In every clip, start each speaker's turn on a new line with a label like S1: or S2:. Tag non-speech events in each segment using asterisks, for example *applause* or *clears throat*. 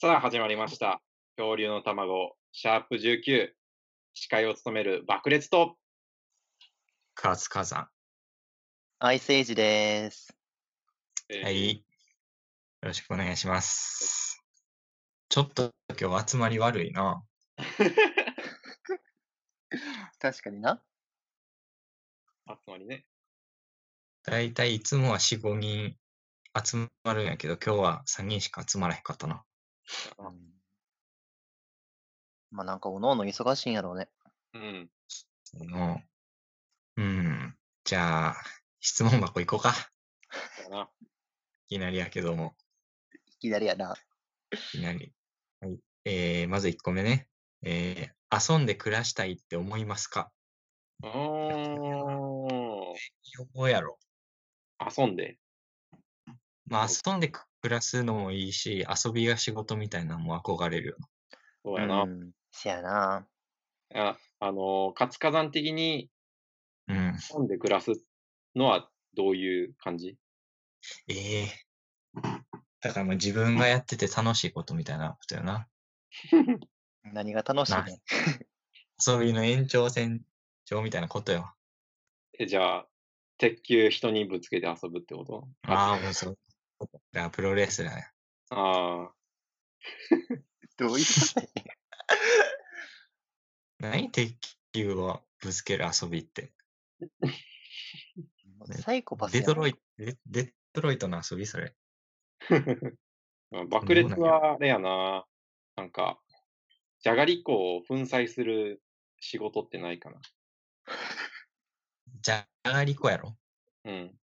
S1: さあ、始まりました。恐竜の卵、シャープ19。司会を務める爆裂と、
S2: カツカさ
S3: アイスエイジです。
S1: えー
S2: ん。はい。よろしくお願いします。ちょっと今日集まり悪いな。
S3: 確かにな。
S1: あつまりね。
S2: だいたいいつもは4、5人集まるんやけど、今日は3人しか集まらへんかったな。
S3: うんまあなんか、おのおの忙しいんやろうね。
S1: うん。
S2: あのうん。じゃあ、質問箱行こうか。い
S1: だな。
S2: きなりやけども。
S3: いきなりやな。
S2: いきなり。はい。えー、まず1個目ね。えー、遊んで暮らしたいって思いますか
S1: おー。
S2: うやろ。
S1: 遊んで。
S2: まあ、遊んでく暮らすのもいいし、遊びが仕事みたいなのも憧れるよな。
S1: そうやな。
S3: ん。せやな。
S1: ああのー、活火山的に
S2: うん。
S1: 遊んで暮らすのはどういう感じ
S2: ええだからまあ自分がやってて楽しいことみたいなことよな。
S3: 何が楽しい
S2: な
S3: ね。
S2: 遊びの延長線上みたいなことよ。
S1: え、じゃあ、鉄球人にぶつけて遊ぶってこと
S2: ああ、もうそう。だからプロレスラーや。
S1: あ
S3: *laughs* どういうことやねん
S2: 何鉄球をぶつける遊びって。
S3: もうサイコパスや
S2: デ
S3: ん
S2: トロイト、デデトロイトの遊びそれ。
S1: あ。爆裂はあれやな。なんか、じゃがりこを粉砕する仕事ってないかな。
S2: じゃがりこやろ
S1: うん。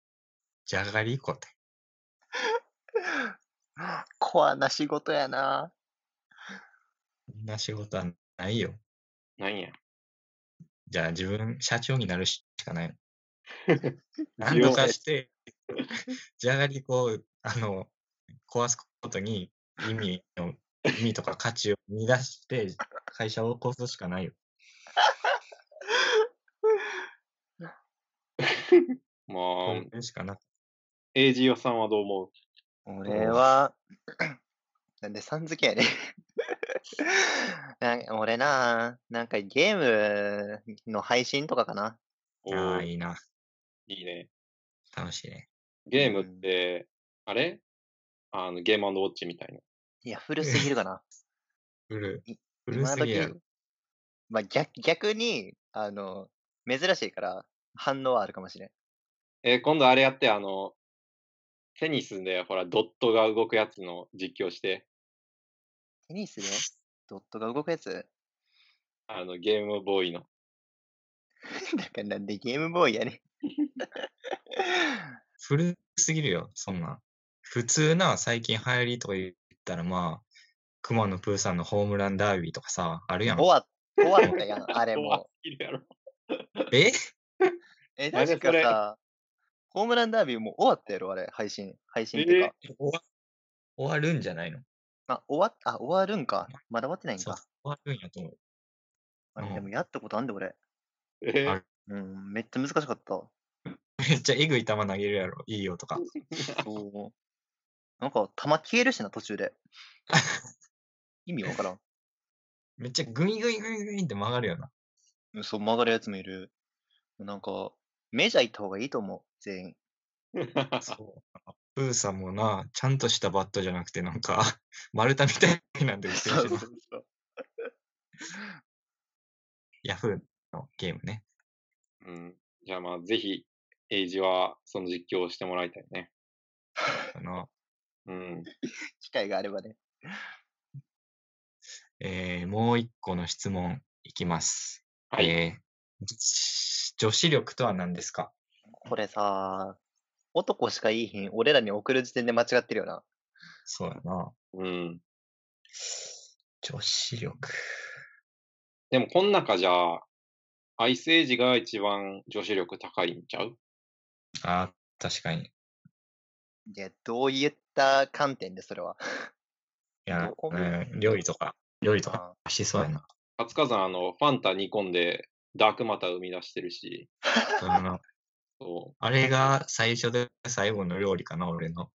S2: じゃがりこって。
S3: *gasps* コアな仕事やな。
S2: そんな仕事はないよ。
S1: なんや。
S2: じゃあ自分、社長になるしか
S3: *laughs*
S2: ない。
S1: な
S2: 何とかして、 *laughs* じゃがりこを、あの、壊すことに意味の、意味とか価値を見出して、会社を起こすしかないよ。
S1: ま
S2: そ
S1: あ、
S2: れしかな。
S1: エイジオさんはどう思う
S3: 俺は、 *clears throat* なんでさん付けやねん *laughs* なん俺な、なんかゲームの配信とかかな。
S1: お
S2: ああ、
S1: ー
S2: いいな。
S1: いいね。
S2: 楽しいね。
S1: ゲームっ
S3: うん
S1: て、あれあの、ゲームウォッチみたいな。
S3: いや、古すぎるかな。
S2: フル
S3: い、
S2: フル
S3: 今
S2: すぎやろ
S3: 時、まあ逆、逆に、あの、珍しいから、反応はあるかもしれん。
S1: えー今度あれやって、あの、テニスで、ほら、ドットが動くやつの実況して、
S3: テニスでドットが動くやつ *laughs*
S1: あの、ゲームボーイの。
S3: だからなんでゲームボーイやねん。
S2: フルすぎるよ、そんなん。普通な、最近流行りとか言ったら、まあ、熊野プーさんのホームランダービーとかさ、あるやん。
S3: 終わ終わった
S2: *laughs*
S3: やん、あれ
S1: 怖
S3: も。
S1: すぎるやろ。
S2: え *laughs*
S3: え、
S1: 何
S3: 確か
S1: それ
S3: さ、ホームランダービーもう終わったやろ、あれ、配信。配信っていうか。
S2: 終わ終わるんじゃないの
S3: あ、終わっ、あ、終わるんか。まだ終わってないん
S2: そう
S3: か。
S2: 終わるんやと思う。 *laughs*
S3: あれ、
S2: うん
S3: でもやったことあんで、俺。
S1: え
S2: あ
S1: ー
S2: る
S3: うん、めっちゃ難しかった。
S2: めっちゃえぐい球投げるやろ、いいよとか。
S3: そう。なんか、弾消えるしな、途
S2: *laughs*
S3: 中で。意味わからん。
S2: めっちゃグイグイグイグイって曲がるよな。
S3: うんそう、曲がるやつもいる。なんか、メジャー行った方がいいと思う、全員。
S2: そう。プーさんもな、ちゃんとしたバットじゃなくて、なんか、 *laughs* 丸太みたいなん
S3: *laughs*
S2: で売ってるしな、
S3: そう。
S2: ヤフーのゲームね。
S1: *laughs* うん。じゃあまあ、ぜひ、エイジは、その実況をしてもらいたいね。
S2: あの、
S1: うん。
S3: 機会があればね。
S2: えーもう一個の質問いきます。
S1: はい。
S2: えーじ女子力とは何ですか
S3: これさ、男しかいいひん、俺らに送る時点で間違ってるよな。
S2: そうやな。
S1: うん。
S2: 女子力。
S1: でも、こん中じゃあ、アイスエイジが一番女子力高いんちゃう
S2: あー確かに。い
S3: いや、どういった観点でそれは。
S2: や
S3: ど、こ
S2: う
S3: 見る
S2: ん料理とか、料理とか
S3: あ
S2: しそうやな。
S1: 活火山、あの、ファンタ煮込んで、ダークマター生み出してるし、
S2: あ
S3: *laughs*
S2: の
S1: そ
S2: あれが最初で最後の料理かな、俺の。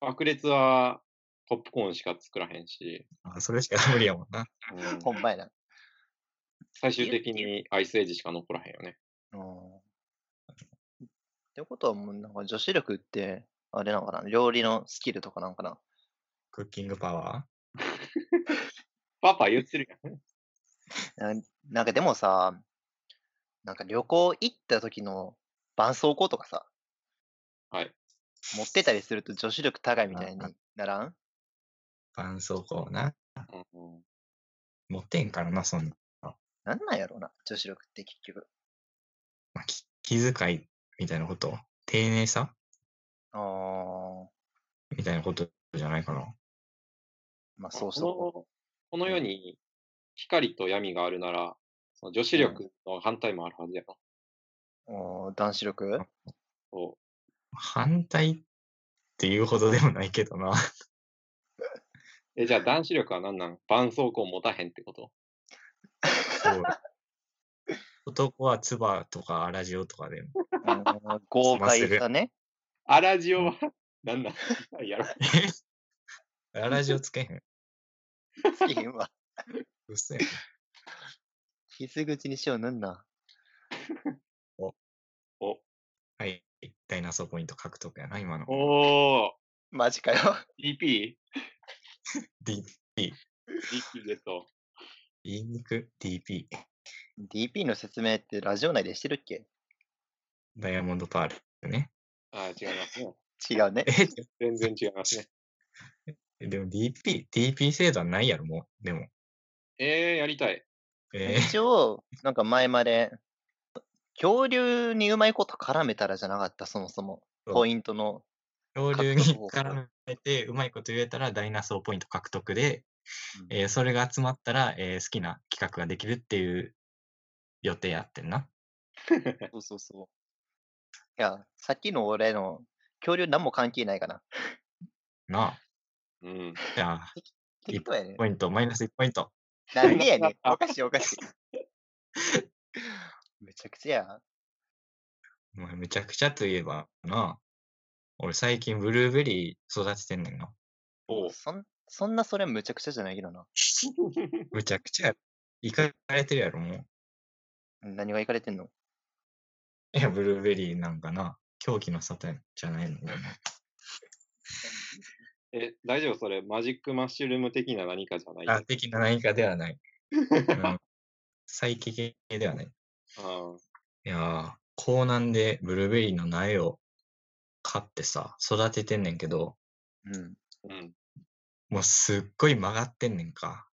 S1: 爆裂はポップコーンしか作らへんし、
S2: あそれしか無理やもんな。
S1: うん
S3: ほんまやな。
S1: 最終的にアイスエイジしか残らへんよね。
S3: うんってことはもうなんか女子力って、あれなのかな料理のスキルとかなんかな
S2: クッキングパワ
S1: パパ言ってるやん。
S3: なんなんかでもさ、なんか旅行行った時の絆創膏とかさ、
S1: はい。
S3: 持ってたりすると女子力高いみたいに
S2: あ
S3: ならん
S2: ー、絆創膏な。
S1: うん
S2: 持ってんからな、そんな。
S3: なんなんやろうな女子力って結局。
S2: まあ、き気遣いみたいなこと丁寧さ
S3: ああ、
S2: みたいなことじゃないかな。
S3: まあ
S1: まあ
S3: そうそ
S1: このこの世に光と闇があるなら、その女子力の反対もあるはずやな。
S3: う。おー男
S2: *laughs*
S3: 子力
S1: そう
S2: 反対っていうほどでもないけど
S3: *laughs*
S2: な。
S1: え、じゃあ男子力は何なん絆創膏持たへんってこと
S2: そう男は唾とかアラジオとかでも。
S3: うん豪快さね。
S1: アラジオは何 *laughs* なん痛いやろ。
S2: えアラジオつけへん。
S3: 好きは
S2: うっせえ。
S3: 傷口に塩塗んな。
S1: お、
S2: はい。ダイナソーポイント獲得やな、今の。
S1: おー、
S3: マジかよ。
S1: DP?
S2: D、
S1: DP ゲット。
S2: 言いにく DP。
S3: DP の説明ってラジオ内でしてるっけ
S2: ダイヤモンドパールね。
S1: あー、違いますね。
S3: 違うね。
S2: え、
S1: 全然違いますね。
S2: でも DP、DP 制度はないやろ、もう。でも。
S1: えー、やりたい。
S3: *laughs*
S2: えー
S3: 一応、なんか前まで、恐竜にうまいこと絡めたらじゃなかった、そもそも。
S2: そう
S3: ポイントの。
S2: 恐竜に
S3: 獲得方法
S2: 絡めて、うまいこと言えたらダイナソーポイント獲得で、
S3: うん
S2: えーそれが集まったら、えー好きな企画ができるっていう予定やってんな。
S3: そうそうそう。いや、さっきの俺の恐竜何も関係ないかな。
S2: な
S1: *laughs* うん。
S2: あ。じゃあ、い
S3: 適当やね
S2: 1。ポイント、マイナス1ポイント。
S3: なんでや
S1: *laughs*
S3: ねん。おかしいおかしい。 *laughs* めちゃくちゃや。
S2: お前めちゃくちゃといえばなあ。俺最近ブルーベリー育ててんねんな。
S1: おう
S3: そんそんなそれむちゃくちゃじゃないけどな。
S2: むちゃくちゃや。いかれてるやろ、もう。
S3: 何がいかれてんの
S2: いや、ブルーベリーなんかな。狂気の沙汰じゃないのかな。
S1: え、大丈夫それ、マジックマッシュルーム的な何かじゃない。
S2: あ、的な何かではない。
S1: *laughs*
S2: うん、サイキ系ではない。
S1: うん
S2: いやー、港南でブルーベリーの苗を買ってさ、育ててんねんけど、
S3: うん。
S1: うん。
S2: もうすっごい曲がってんねんか。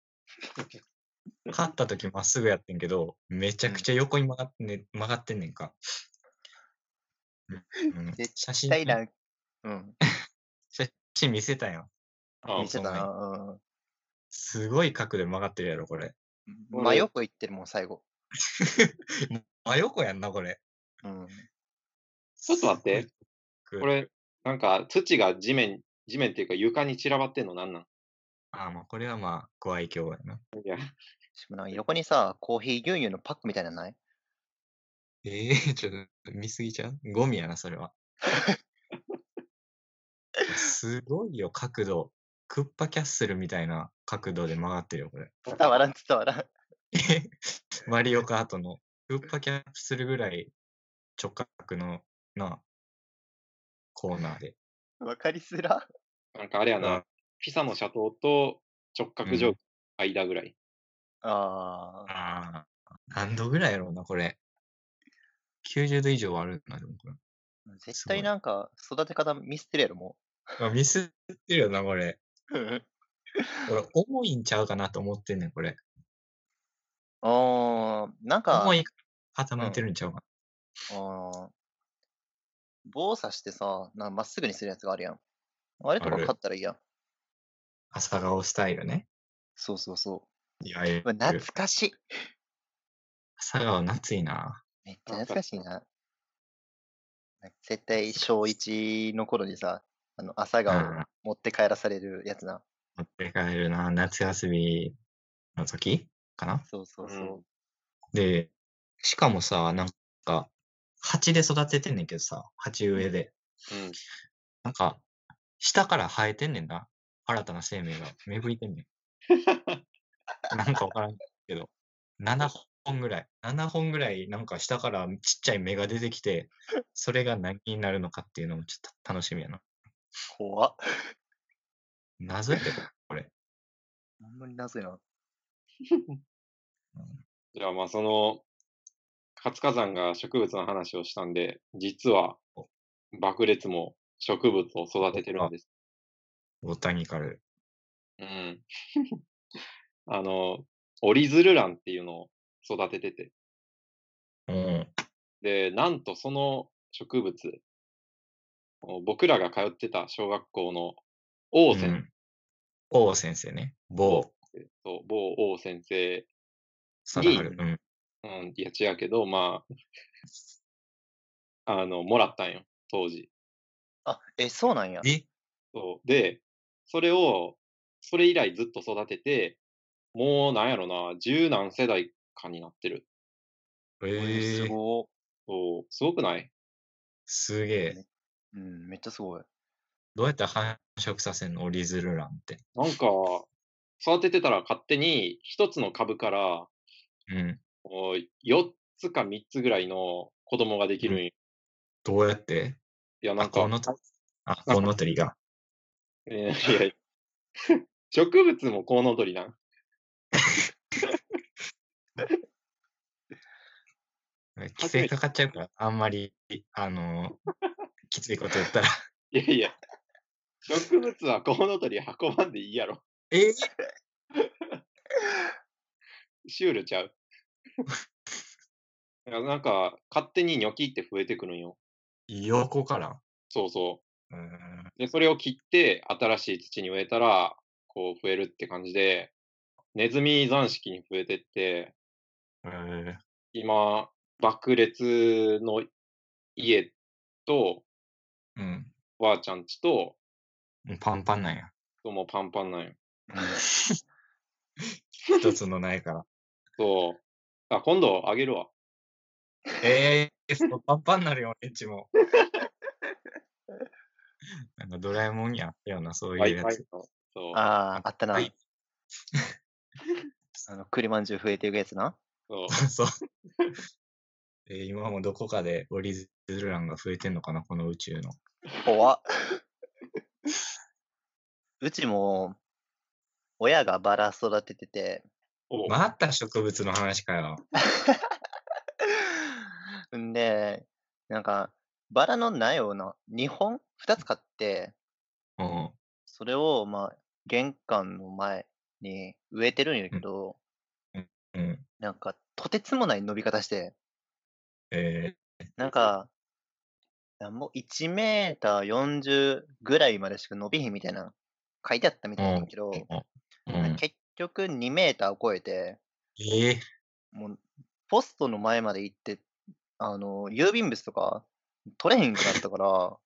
S2: 買った時まっすぐやってんけど、めちゃくちゃ横に曲がって,、ね曲がってんねんか。うんうん
S3: 絶
S2: 写真
S3: 大な、うん。
S2: 写真見せたやん。
S1: あ
S3: 見せた
S2: そ
S3: な。
S2: う
S3: うん
S2: すごい角度で曲がってるやろ、これ。
S1: 俺
S3: 真横行ってるもん、最後。
S2: 真横やんな、これ。
S3: うん。
S1: ちょっと待
S2: *laughs*
S1: って
S2: すごい角。
S1: これ、なんか土が地面、地面っていうか床に散らばってんの何なん
S2: あーまあ、これはまあ、ご愛嬌やな。
S1: いや、
S3: しかもなんか横にさ、コーヒー牛乳のパックみたいなのない *laughs*
S2: ええ *laughs* ー、ちょっと見すぎちゃうゴミやな、それは。すごいよ、角度。クッパキャッスルみたいな角度で曲がってるよ、これ。 *laughs*
S3: 伝わらん、伝わらん。
S2: マリオカートのクッパキャッスルぐらい直角のな、コーナーで。
S3: わかりづら。
S1: なんかあれやな、ピサの斜塔と直角上間ぐらい。
S3: ああ、
S2: ああ、何度ぐらいやろうな、これ。90度以上はあるな、でもこれ。
S3: 絶
S2: すご
S3: 対
S2: い
S3: なんか育て方ミスってるやろ、も
S2: あミスってるよな、これ。
S3: う。 *laughs*
S2: 俺、重いんちゃうかなと思ってんねん、これ。
S3: ああ、なんか
S2: 重、いから傾いてるんちゃうかな
S3: あー棒刺してさ、なんかまっすぐにするやつがあるやん。あれとか
S2: ある
S3: 買ったらいいやん。
S2: 朝顔スタイルね。
S3: そうそうそ
S2: いわゆ
S3: う。うわ
S2: る。
S3: 懐かしい。
S2: 朝顔夏いな。
S3: めっちゃ懐かしいな。絶対小1の頃にさ、あの朝顔
S2: うん
S3: 持って帰らされるやつな。
S2: 持って帰るな。夏休みの時かな。
S3: そうそうそう。
S1: うん
S2: で、しかもさ、なんか、鉢で育ててんねんけどさ、鉢植えで。
S1: うん。
S2: なんか、下から生えてんねんな。新たな生命が芽吹いてんねん。なんかわからんけど、7本ぐらい、7本ぐらい、なんか下からちっちゃい芽が出てきて、それが何になるのかっていうのもちょっと楽しみやな。
S3: 怖っ。
S2: 謎やけど、これ。
S3: あんまりなぜな。
S1: じゃあまあその、活火山が植物の話をしたんで、実は爆裂も植物を育ててるんです。
S2: ボタニカル。
S1: うん。 *laughs* あの、折り鶴蘭っていうのを育ててて。
S2: うん。
S1: で、なんとその植物、僕らが通ってた小学校の王
S2: う
S1: 先
S2: ん王先生ね。某、
S1: 生、そう某王先生、
S2: 貞治。うん。
S1: うん、いや違うけど、まあ、あの、もらったんよ、当時。
S3: あ、え、そうなんや。
S2: え
S1: そう。で、それを、それ以来ずっと育てて、もうなんやろな、十何世代かになってる。
S3: え
S2: え
S3: す
S2: ー、
S3: ご
S1: そう、すごくない
S2: すげえ。
S3: い。うん、めっちゃすごい。
S2: どうやって繁殖させんの折り鶴蘭って。
S1: なんか、育ててたら勝手に一つの株から、
S2: うん。
S1: こう4つか3つぐらいの子供ができるんよ。い
S2: どうやって
S1: や、な
S2: あ、
S1: んか
S2: こ、の鳥。あ、この鳥が。
S1: えーいやいや植物もコウノトリなん。
S2: 規制かかっちゃうから、あんまり、
S1: *laughs*
S2: あのー、きついこと言ったら。
S1: いやいや、植物はコウノトリ運ばんでいいやろ。
S2: え
S1: シュール
S2: *laughs*
S1: ちゃう。いやなんか、勝手にニョキって増えてくるんよ。
S2: 横から。
S1: そうそう
S2: ーん。
S1: う。で、それを切って、新しい土に植えたら、こう増えるって感じで、ネズミ残式に増えてって、
S2: えー
S1: 今、爆裂の家と、
S2: うん。
S1: ばあちゃんちと、
S2: もうパンパンなんや。
S1: もうパンパンなんよ。
S2: 一つのないから。
S1: そう。あ、今度あげるわ。
S2: ええそうパンパンになるよ、エッチも。 *laughs* なんかドラえもんにあったような、そう
S1: バ
S2: い
S1: イ
S2: うや
S1: バイ
S2: つ。
S1: の。そう。
S3: ああ、あったな。
S2: はい
S3: *laughs* あの、栗まんじゅう増えていくやつな。
S1: そう
S2: *laughs* そう。えー今もどこかで折り鶴欄が増えてんのかな、この宇宙の。
S3: 怖っ。うちも、親がバラ育ててて、
S1: おう
S2: また植物の話かよ。
S3: んで、なんか、バラの苗をな、2本 ?2 つ買って、
S2: うん。
S3: それを、まあ、玄関の前に植えてるんやけど、
S2: うん。
S3: なんか、とてつもない伸び方して、
S2: え
S3: なんか、なんもう1メーター40ぐらいまでしか伸びへんみたいな、書いてあったみたいなんだけど、
S2: ーうん、
S3: 結局2メーター超えて、
S2: えー
S3: もう、ポストの前まで行って、あの、郵便物とか取れへんくなった *laughs* から、も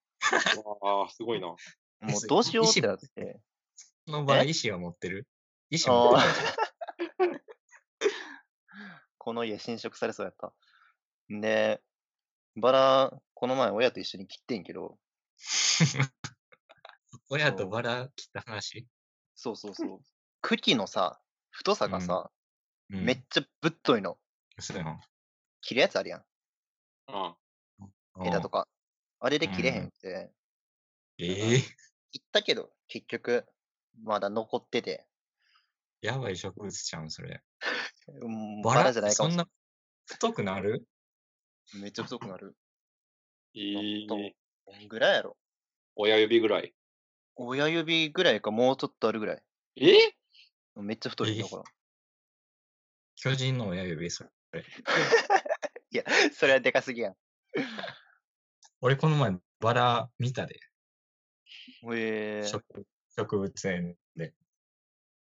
S1: わあ、すごいな。
S3: うどうしようってなって、
S2: その場合、
S3: え
S2: 意思は持ってる意思持ってる
S3: この家侵食されそうやった。んで、バラ、この前親と一緒に切ってんけど、
S2: 親とバラ切った話、
S3: そうそうそう。茎のさ、太さがさ、
S2: うん、
S3: めっちゃぶっといの。
S2: そうやん
S3: 切るやつあるやん。
S1: あ
S3: 枝とか。あれで切れへ
S2: うんん
S3: くて、
S2: えー、
S3: 切ったけど、結局、まだ残ってて、
S2: やばい植物ちゃうん、それ。
S3: うんバラじゃないかもし
S2: そん
S3: れな
S2: な太くなる
S3: い。めっちゃ太くなる。
S1: いい
S3: ちょっとどんぐらいやろ
S1: 親指ぐらい。
S3: 親指ぐらいか、もうちょっとあるぐらい。
S1: え
S3: めっちゃ太い
S2: え
S3: だから。
S2: 巨人の親指、それ。
S3: いや、 *laughs* それはでかすぎやん。
S2: 俺、この前、バラ見たで、
S3: へえ
S2: 植植物園で。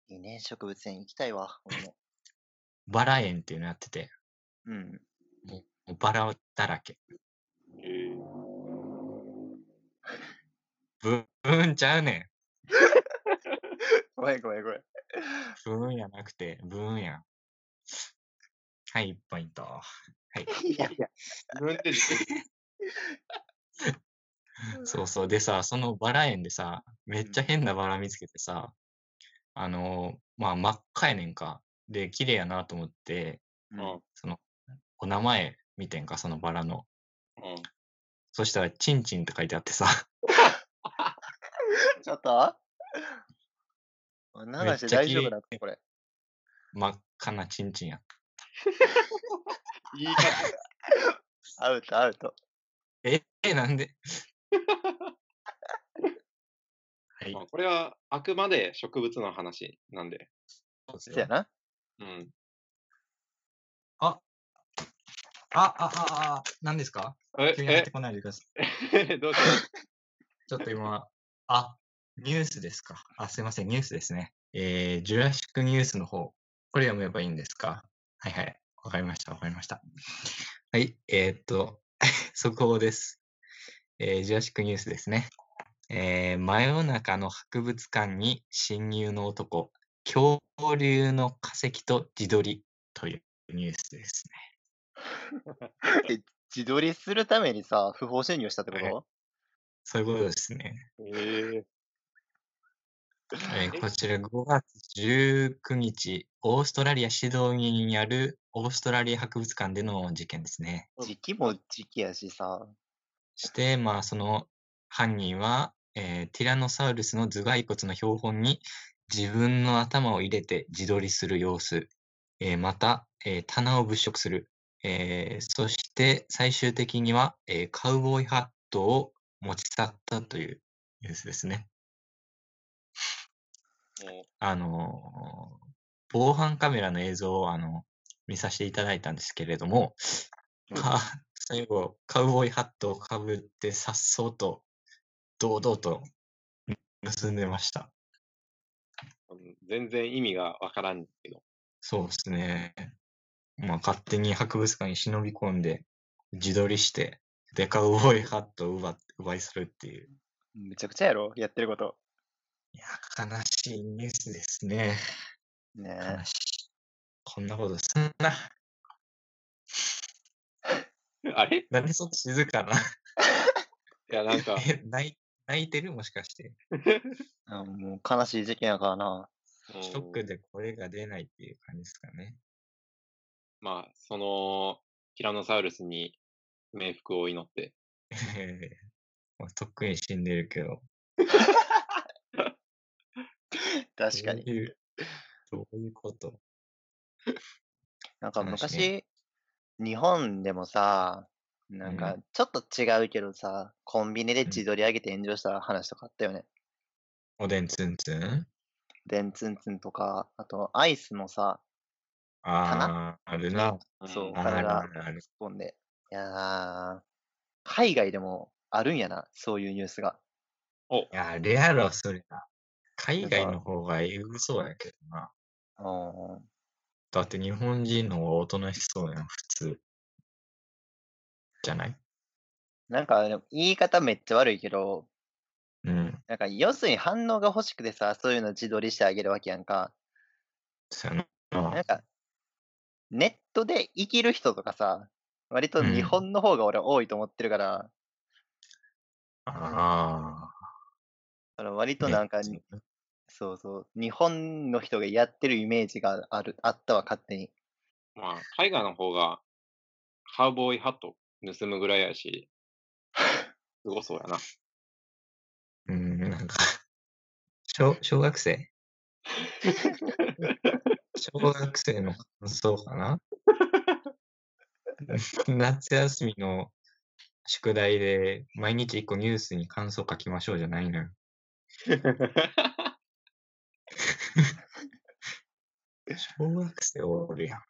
S3: いいね、植物園行きたいわ。俺も
S2: バラ園っていうのやってて、
S3: うん。
S2: もうバラだらけ。
S1: え
S2: ブーンちゃうねん。
S3: ごめんごめん *laughs* ごめん。
S2: ブーンやなくて、ブーンやん。はい、ポイント。
S3: いやいや、
S1: 自分で自分で
S2: そうそう。でさ、そのバラ園でさ、めっちゃ変なバラ見つけてさ、あのーまあ、真っ赤やねんか。で、綺麗やなと思って、
S1: うん。うん。
S2: その、お名前見てんか、そのバラの。そしたら、チンチンって書いてあってさ、 *laughs*
S3: ちょっと *laughs* こんな話で大丈夫なのこれ。
S2: 真っ赤なチンチンやった。
S1: 言い方、
S3: アウト、アウト。
S2: え、 *laughs* えなんではい
S1: まあ、これはあくまで植物の話なんで。
S2: そうですよ
S3: そうやな。
S1: うん。
S2: あ、あ、あ、あ、何ですか *laughs*
S1: え
S2: 急に入ってこないでください。
S1: え *laughs* どうし
S2: ちょっと今、あ、ニュースですか。あ、すいません、ニュースですね。えー、ジュラシックニュースの方、これ読めばいいんですかはいはい。わかりました、わかりました。はい、えーっと、 *laughs* 速報です。えー、ジュラシックニュースですね。えー、真夜中の博物館に侵入の男、恐竜の化石と自撮りというニュースですね。
S3: 自撮りするためにさ、不法侵入したってこと、
S2: はそういうことですね。
S1: え
S2: えーこちら5月19日、オーストラリア・シドニーにあるオーストラリア博物館での事件ですね。
S1: うん
S3: 時期も時期やしさ。
S2: して、まあ、その犯人は、えーティラノサウルスの頭蓋骨の標本に自分の頭を入れて自撮りする様子、えーまた、えー棚を物色する、えーそして最終的には、えーカウボーイハットを持ち去ったというニュースですね。
S1: もう
S2: あのー防犯カメラの映像をあの見させていただいたんですけれども、か最後、カウボーイハットをかぶって、さっそうと、堂々と盗んでました。
S1: うん全然意味がわからんけど。 *laughs*
S2: そうですね。まあ、勝手に博物館に忍び込んで、自撮りして、で、カウボーイハットを奪っ奪いするっていう、
S3: めちゃくちゃやろ、やってること。
S2: いや、悲しいニュースですね。
S3: ね
S2: 悲
S3: え。
S2: しい。こんなことすんな。
S1: あれい
S2: なんでそんな静かな
S1: や、なん
S2: *laughs*
S1: か、
S2: え、泣い泣いてるもしかして。
S3: あもう悲しい事件やからな。
S2: ショック
S1: うん
S2: で声が出ないっていう感じですかね。
S1: まあ、その、ティラノサウルスに冥福を祈って。
S2: まあとっくに死んでるけど。
S3: 確かに。
S2: どういう。どういうこと
S3: なんか
S2: 話
S3: 昔、
S2: ね
S3: 日本でもさ、なんか
S2: う
S3: ちょっと違うけどさ、コンビニで自撮り上げて炎上した話とかあったよね。
S2: おでんツンツン
S3: でんつんつんとか、あとアイスのさ、
S2: ああ、あるな。
S3: そう、
S1: ん
S2: あるあ
S3: 体突っ
S2: るある。
S3: 込んで。いやー、海外でもあるんやな、そういうニュースが。
S2: いや、レアろ、それな。海外の方がえぐそうやけどな。
S3: うん
S2: だって日本人の方がおとなしそうやん、普通。じゃない
S3: なんかでも言い方めっちゃ悪いけど、
S2: うん。
S3: なんか要するに反応が欲しくてさ、そういうの自撮りしてあげるわけやんか。
S2: そうやな。
S3: なんか、ネットで生きる人とかさ、割と
S2: う
S3: 日
S2: ん
S3: 本の方が俺は多いと思ってるから、
S2: あ
S3: その割
S2: あ。
S3: となんか、
S2: ね
S3: そうそう、日本の人がやってるイメージがあるあったわ、勝手に。
S1: まあ、絵画の方が、カウボーイハット盗むぐらいやし、すごそうやな。
S2: うん、なんか小、小学生小学生の感想かな夏休みの宿題で毎日一個ニュースに感想書きましょうじゃないのよ。 *laughs* 小学生おるやん。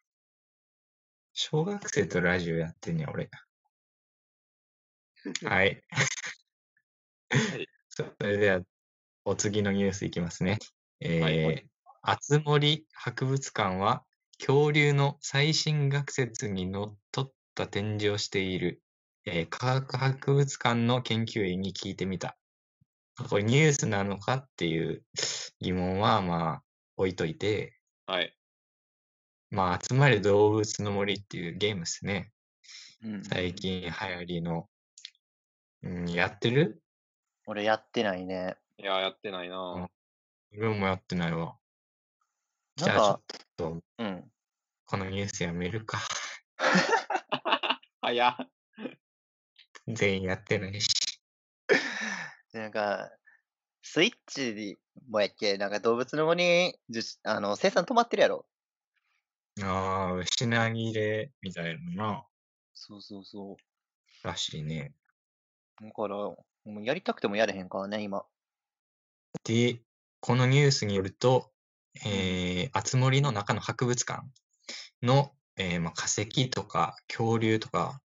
S2: 小学生とラジオやってんねや、俺。はい。
S1: い
S2: *laughs* それでは、お次のニュースいきますね。
S1: はい
S2: えー、厚森博物館は恐竜の最新学説にのっとった展示をしている、えー科学博物館の研究員に聞いてみた。これニュースなのかっていう疑問はまあ置いといて、
S1: はい。
S2: まあ、集まれ動物の森っていうゲームですね。
S3: うん
S2: 最近流行りの。うん、やってる
S3: 俺やってないね。
S1: いや、やってないな。
S2: 俺もやってないわ。じ
S3: なん
S2: ゃあちょ
S3: か
S2: っ、と、
S3: うん。
S2: このニュースやめるか。 *laughs*
S1: 早っ。
S2: 全員やってないし。
S3: でなんか、スイッチもやっけ、なんか動物の森、じゅあの、生産止まってるやろ。
S2: ああ、品切れみたいなな、
S3: そうそうそ
S2: らしいね。
S3: う。だから、もうやりたくてもやれへんからね、今。
S2: で、このニュースによると、えー、あつ森の中の博物館の、えーまあ、化石とか恐竜とか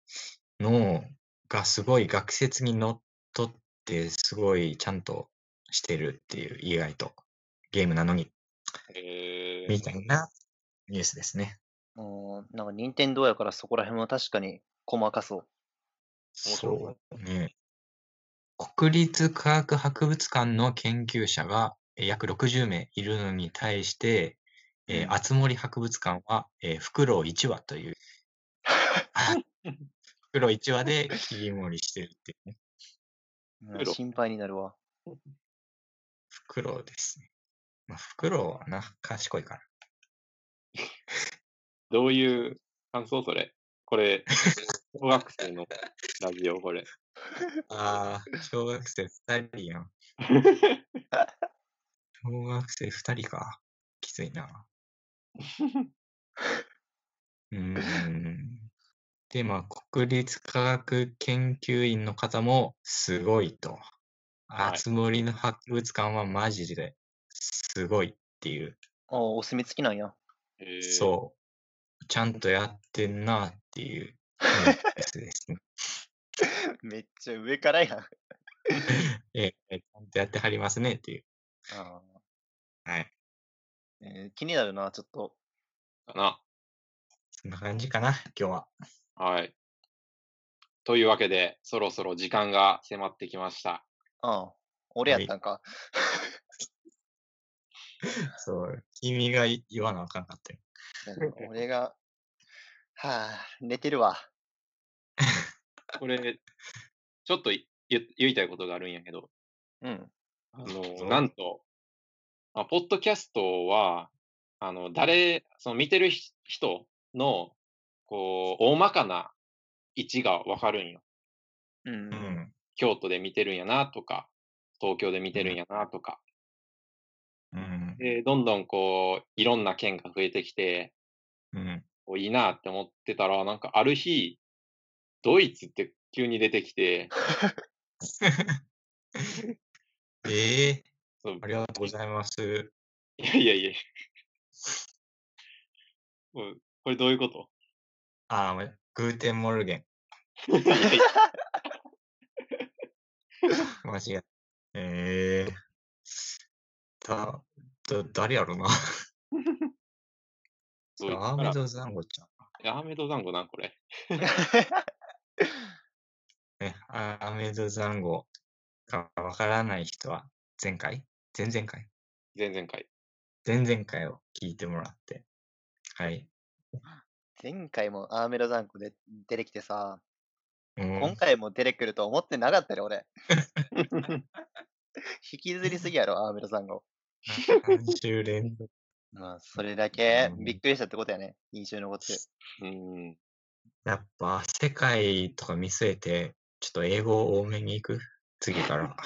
S2: のがすごい学説にのっとって、すごいちゃんとしてるっていう、意外とゲームなのに、
S1: え
S2: みたいなニュースですね。
S3: うん、なんか、任天堂やからそこら辺も確かに細かそう。
S1: 面白い
S2: そうね。国立科学博物館の研究者がえー約60名いるのに対して、え
S3: う
S2: ー、
S3: ん
S2: あつ森博物館は、えー、フクロウ1羽という、フクロウ1羽で切り盛りしてるっていうね、
S3: うん
S1: 黒
S3: 心配になるわ。
S2: フクロウですね。まあ、フクロウはな、賢いから。
S1: どういう感想それ。これ、小学生のラジオ、これ。
S2: ああ、小学生2人やん。小学生2人か。きついな。うーん。 *laughs* で、まあ、国立科学研究院の方もすごいと。
S1: はい
S2: あつ森の博物館はマジですごいっていう。
S3: ああ、お墨付きなんや。
S1: えー
S2: そう。ちゃんとやってんなって *laughs* いうニュースですね。
S3: *laughs* めっちゃ上からやん。あ *laughs*
S2: ええ、ちゃんとやってはりますねっていう。
S3: あ
S2: はい。
S3: えー気になるな、ちょっと。
S1: かな。
S2: そんな感じかな、今日は。
S1: はい。というわけで、そろそろ時間が迫ってきました。
S3: ああ、俺や
S2: はい
S3: ったんか。
S2: そう。君がい言わなあかんかったよ。
S3: な
S2: *laughs*
S3: んか俺が、はあ、寝てるわ。
S1: これ、ちょっとい言言いたいことがあるんやけど、
S3: うん。
S1: あ
S2: ぞ
S1: の、なんと、まあ、ポッドキャストは、あの、誰、その見てるひ人の、こう、大まかな位置がわかるんよ。
S3: うん
S2: う。ん。
S1: 京都で見てるんやなとか、東京で見てるんやなとか、
S2: うん。
S1: で、どんどんこう、いろんな県が増えてきて、
S2: うん。
S1: こういいなって思ってたら、なんかある日、ドイツって急に出てきて、
S2: ええ
S1: そう
S2: ありがとうございます。
S1: いやいやいや。 *laughs* これこれどういうこと *laughs*
S2: あー、まグーテンモルゲン。
S1: いやいや
S2: 間違えた。ええだ、だ、誰やろな。
S1: そうい
S2: アー
S1: う
S2: メ
S1: か
S2: ド・ザンゴちゃん。
S1: らアーメド団子なんこれ。
S2: ね、あアーメド・ザンゴがわからない人は、前回前々回
S1: 前々
S2: *laughs*
S1: 回。
S2: 前々回を聞いてもらって。はい。
S3: *laughs* 前回もアーメロザンコで出てきてさ、
S2: うん
S3: 今回も出てくると思ってなかったよ、俺。 *laughs* 引きずりすぎやろ、アーメロザンコ。
S2: 3週連続。
S3: まあ、それだけ
S2: うん
S3: びっくりしたってことやね、印象に残ってる。
S1: うん。
S2: やっぱ、世界とか見据えて、ちょっと英語多めに行く次から。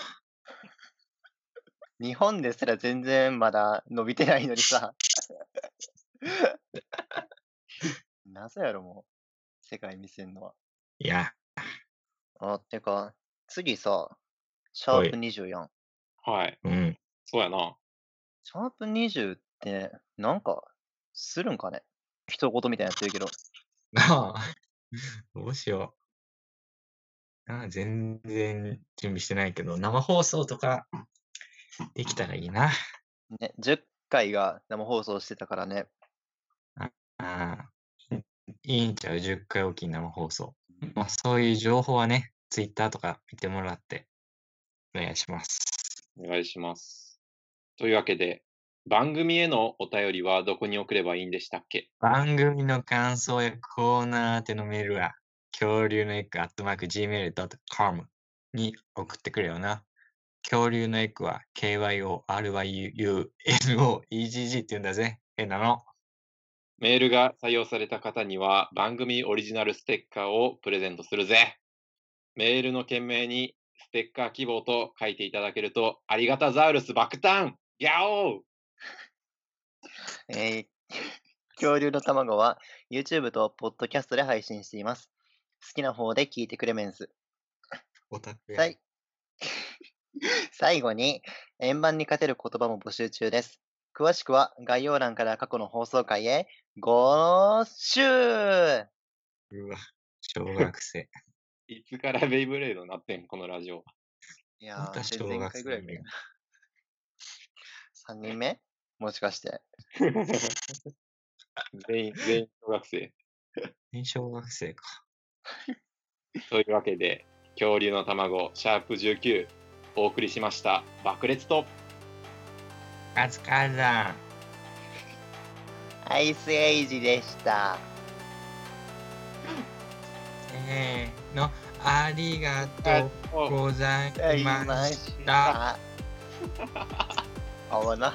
S3: 日本ですら全然まだ伸びてないのにさ。 *laughs* なぜやろ、もう。世界見せんのは。
S2: いや、
S3: あ、てか、次さ、シャ
S2: はい
S3: ープ24。
S1: はい。
S2: うん。
S1: そうやな。
S3: シャープ20って、なんか、するんかね一言みたいなやつ言うけど。
S2: なあ、 *laughs* どうしよう。なあ、全然準備してないけど、生放送とかできたらいいな。
S3: ね、10回が生放送してたからね。
S2: ああ、いいんちゃう ?10 回おきに生放送。まあ、そういう情報はね、Twitter とか見てもらって、お願いします。
S1: お願いします。というわけで、番組へのお便りはどこに送ればいいんでしたっけ
S2: 番組の感想やコーナー宛てのメールは、恐竜のエッグアットマーク Gmail.com に送ってくれよな。恐竜のエッグは KYORYUNOEGG って言うんだぜ。変なの。
S1: メールが採用された方には番組オリジナルステッカーをプレゼントするぜ。メールの件名にステッカー希望と書いていただけるとありがたザウルス爆誕ギャオー
S3: えー *laughs* 恐竜の卵は YouTube と Podcast で配信しています。好きな方で聞いてくれメンス。
S2: オタクや。
S3: はい。 *laughs* 最後に、円盤に勝てる言葉も募集中です。詳しくは概要欄から過去の放送回へご集
S2: うわ、小学
S3: *laughs*
S2: 生。
S1: いつからベイブレードになってん、このラジオ。
S3: いや
S2: また
S3: ー、
S2: 小
S3: 前々
S2: 学
S3: 回
S2: 生
S3: ぐらい
S2: みたいな。
S3: 3人目もしかして。
S1: *laughs* 全員、全員小学生。
S2: 全員小学生か。
S1: というわけで、恐竜の卵、シャープ19、お送りしました。爆裂と、
S2: あずかだ。
S3: アイスエイジでした。
S2: せーの。ありがとうございました。
S3: あわな。